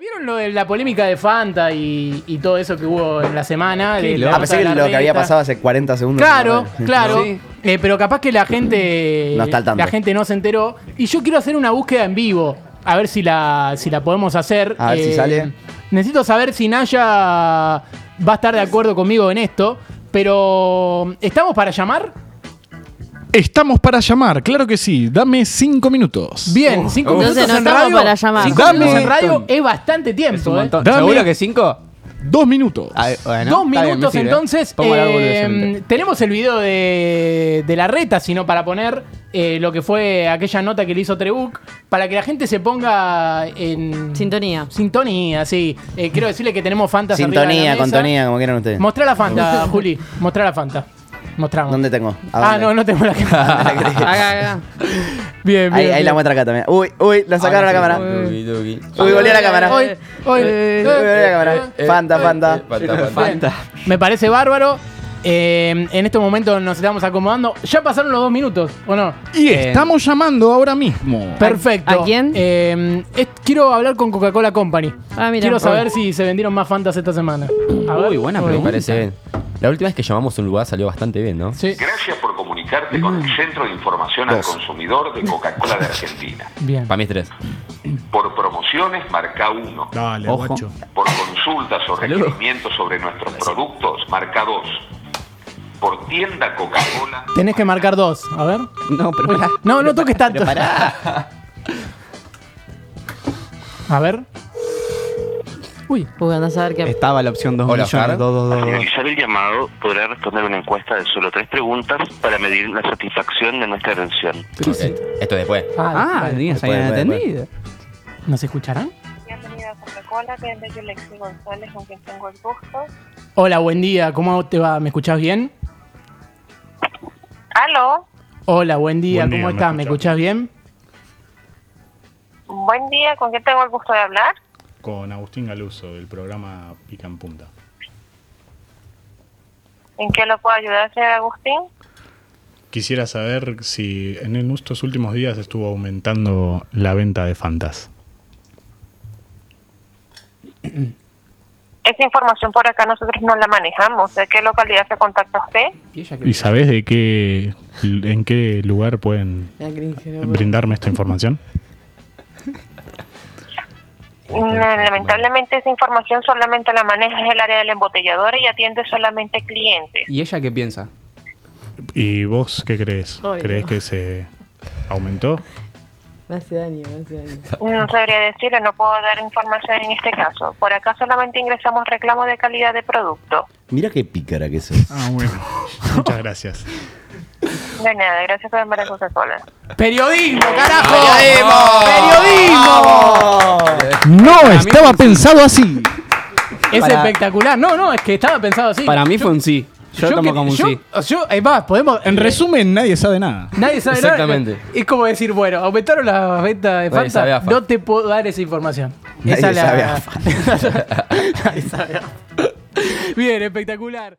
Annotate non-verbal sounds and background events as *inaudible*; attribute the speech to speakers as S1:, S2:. S1: ¿Vieron lo de la polémica de Fanta y, y todo eso que hubo en la semana?
S2: Qué
S1: De la
S2: loco. Ah,
S1: nota
S3: A pesar de
S1: la
S3: lo que había
S1: reta?
S3: pasado hace 40 segundos.
S1: Claro,
S3: No,
S1: claro.
S3: sí.
S1: Eh, pero capaz que la gente.
S3: No está al tanto.
S1: La gente no se enteró. Y yo quiero hacer una búsqueda en vivo. A ver si la, si la podemos hacer. Eh,
S3: A ver si sale.
S1: Necesito saber si Naya va a estar de acuerdo conmigo en esto. Pero. ¿Estamos para llamar?
S4: Estamos para llamar, claro que sí. Dame cinco minutos.
S1: Bien, cinco
S2: Oh.
S1: minutos
S5: Entonces no
S1: en
S5: estamos
S1: radio.
S5: para llamar.
S1: Cinco
S4: Dame-
S1: minutos en radio es bastante tiempo.
S2: Es un
S1: ¿eh?
S2: montón.
S4: Dame-
S2: ¿Seguro que cinco?
S4: Dos minutos.
S2: Ah, bueno,
S1: Dos
S2: está bien, me
S1: minutos
S2: sirve.
S1: entonces.
S2: Pongo la
S1: eh,
S2: adolescente.
S1: tenemos el video de, de la reta, sino para poner eh, lo que fue aquella nota que le hizo Trebuc, para que la gente se ponga en
S5: Sintonía.
S1: sintonía, sí. Eh, quiero decirle que tenemos Fanta
S3: Sintonía, contonía, como quieran ustedes.
S1: Mostrá la
S3: *laughs*
S1: Fanta, Juli. Mostrá la Fanta. Mostramos.
S3: ¿Dónde tengo? ¿A
S1: Ah,
S3: dónde?
S1: no, no
S3: *laughs*
S1: tengo la cámara.
S5: Acá, acá.
S1: bien, bien.
S3: Ahí, ahí la
S1: bien.
S3: muestra acá también. Uy, uy,
S6: Ah,
S3: la sacaron
S2: Ahora
S3: la
S2: sí.
S3: cámara.
S2: Dugi, dugi.
S3: Uy, volví a la cámara.
S1: Hoy, hoy, eh,
S3: Uy, volví a la cámara. Fanta, fanta.
S6: Eh,
S2: Eh,
S6: Fanta,
S1: Fanta. Me parece bárbaro. Eh, en este momento nos estamos acomodando. Ya pasaron los dos minutos, ¿o no?
S4: Y estamos llamando ahora mismo.
S1: Perfecto.
S5: ¿A quién?
S1: Eh, es- quiero hablar con Coca-Cola Company.
S5: Ah, mira.
S1: Quiero saber si se vendieron más Fantas esta semana. A ver.
S6: Uy, buena
S1: Uy.
S6: pregunta. Me parece bien. La última vez que llamamos a un lugar salió bastante bien, ¿no?
S1: Sí,
S7: Gracias por comunicarte con el Centro de Información al Consumidor de Coca-Cola de Argentina.
S1: bien.
S6: Para mí es tres.
S7: Por promociones, marca 1.
S4: Dale, guacho.
S7: Por consultas o requerimientos sobre nuestros productos, marca 2. Por tienda Coca-Cola.
S1: Tenés que marcar dos. A ver.
S2: No, pero
S1: Uy,
S2: pará.
S1: No, no toques tanto. A ver. Uy,
S5: Uy, andás a ver
S1: Eh.
S5: qué.
S2: Estaba la opción 2
S6: Hola,
S2: millones.
S6: Fer.
S2: dos, dos, dos, dos.
S8: Finalizar el llamado podrá responder una encuesta de solo tres preguntas para medir la satisfacción de nuestra atención.
S6: Ok, Esto es después.
S1: ah,
S2: Ah, tenías ahí
S3: Después, después,
S2: entendido.
S1: ¿nos escucharán?
S9: Bienvenido a Coca-Cola, que yo Lexi González, con quien tengo el gusto.
S1: Hola, buen día. ¿Cómo te va? ¿Me escuchás bien?
S9: Aló,
S1: Hola, buen día.
S4: Buen
S1: ¿Cómo
S4: día, ¿me
S1: estás? ¿Me escuchás bien?
S9: buen día, ¿con quién tengo el gusto de hablar?
S4: Con Agustín Galuso, del programa Pica en Punta.
S9: ¿En qué lo puedo ayudar, señor Agustín?
S4: Quisiera saber si en estos últimos días estuvo aumentando la venta de Fantas.
S9: Esa información por acá nosotros no la manejamos. ¿De qué localidad se contacta usted?
S4: ¿Y sabés de qué, en qué lugar pueden brindarme esta información?
S9: Mm, Lamentablemente esa información solamente la maneja el área del embotellador y atiende solamente clientes.
S2: ¿Y ella qué piensa?
S4: ¿Y vos qué crees?
S5: Ay,
S4: ¿Crees
S5: no.
S4: que se aumentó?
S5: Me hace daño, me hace daño.
S9: No sabría decirle, no puedo dar información en este caso. Por acá solamente ingresamos reclamo de calidad de producto.
S3: Mira qué pícara que sos.
S4: Ah, bueno. *laughs* Muchas gracias.
S9: De nada, gracias por llamar a Coca-Cola.
S1: ¡Periodismo, carajo!
S4: No estaba pensado así.
S1: Es
S2: Para-
S1: espectacular. No, no, es que estaba pensado así.
S2: Para mí fue un sí. Yo, lo tomo
S1: que-
S2: como un
S1: yo-
S2: sí.
S1: yo- es más, podemos.
S4: En *laughs* resumen, nadie sabe nada.
S1: Nadie sabe nada.
S6: Exactamente.
S1: Es como decir, bueno, aumentaron las ventas de
S6: Nadie sabe
S1: Fanta.
S6: AFA.
S1: No te puedo dar esa información.
S3: Nadie
S1: esa es *laughs*
S3: sabe
S1: la... Nadie sabe AFA. Bien, espectacular.